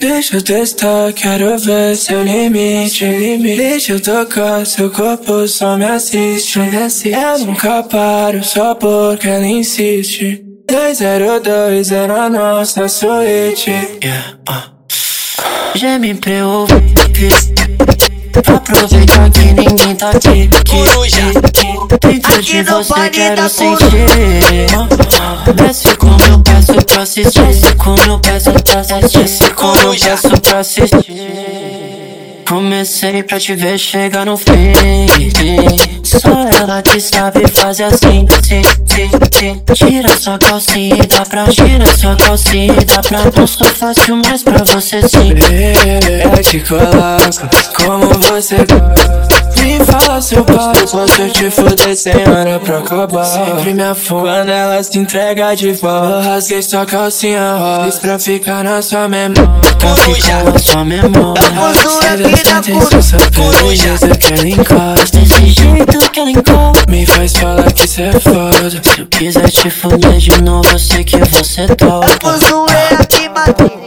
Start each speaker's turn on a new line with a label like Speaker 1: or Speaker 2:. Speaker 1: Deixa eu testar, quero ver seu limite, limite. Deixa eu tocar seu corpo, só me assiste, me assiste. Eu nunca paro só porque ela insiste. 202 é na nossa suíte. Yeah, uh. Geme pra eu ouvir. Aproveita que ninguém tá aqui.
Speaker 2: Coruja.
Speaker 1: Dentro de
Speaker 2: Aqui não
Speaker 1: você
Speaker 2: pode
Speaker 1: quero
Speaker 2: dar
Speaker 1: sentir. Uh, uh. Desce como eu peço pra assistir. Desce como eu peço pra assistir. Desce como eu
Speaker 2: Coruja.
Speaker 1: peço pra assistir. Comecei pra te ver chegar no fim. Só ela que sabe fazer assim, sim, sim, sim. Tira sua calcinha e dá pra Tira sua calcinha e dá pra Não sou fácil, mas pra você sim Eu te coloco como você gosta Me fala seu passo, posso te fuder sem hora pra acabar Sempre me afogo quando ela se entrega de volta Eu Rasguei sua calcinha rosa Fiz pra ficar na sua memória Pra ficar na sua memória
Speaker 2: posso é vida pura.
Speaker 1: Coruja que ela encosta Desse jeito que ela encosta Me faz falar que cê é foda Se eu quiser te fuder de novo Eu sei que você tá topa
Speaker 2: Posso é aqui, mano.